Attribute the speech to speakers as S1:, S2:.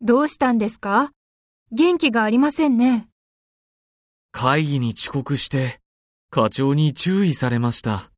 S1: どうしたんですか元気がありませんね。
S2: 会議に遅刻して、課長に注意されました。